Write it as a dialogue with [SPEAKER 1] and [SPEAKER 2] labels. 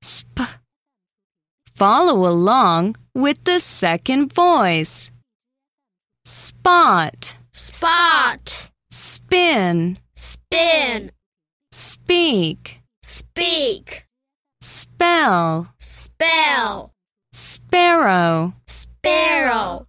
[SPEAKER 1] sp. Follow along with the second voice. Spot,
[SPEAKER 2] spot,
[SPEAKER 1] spin,
[SPEAKER 2] spin,
[SPEAKER 1] speak,
[SPEAKER 2] speak,
[SPEAKER 1] spell,
[SPEAKER 2] spell,
[SPEAKER 1] sparrow.
[SPEAKER 2] sparrow.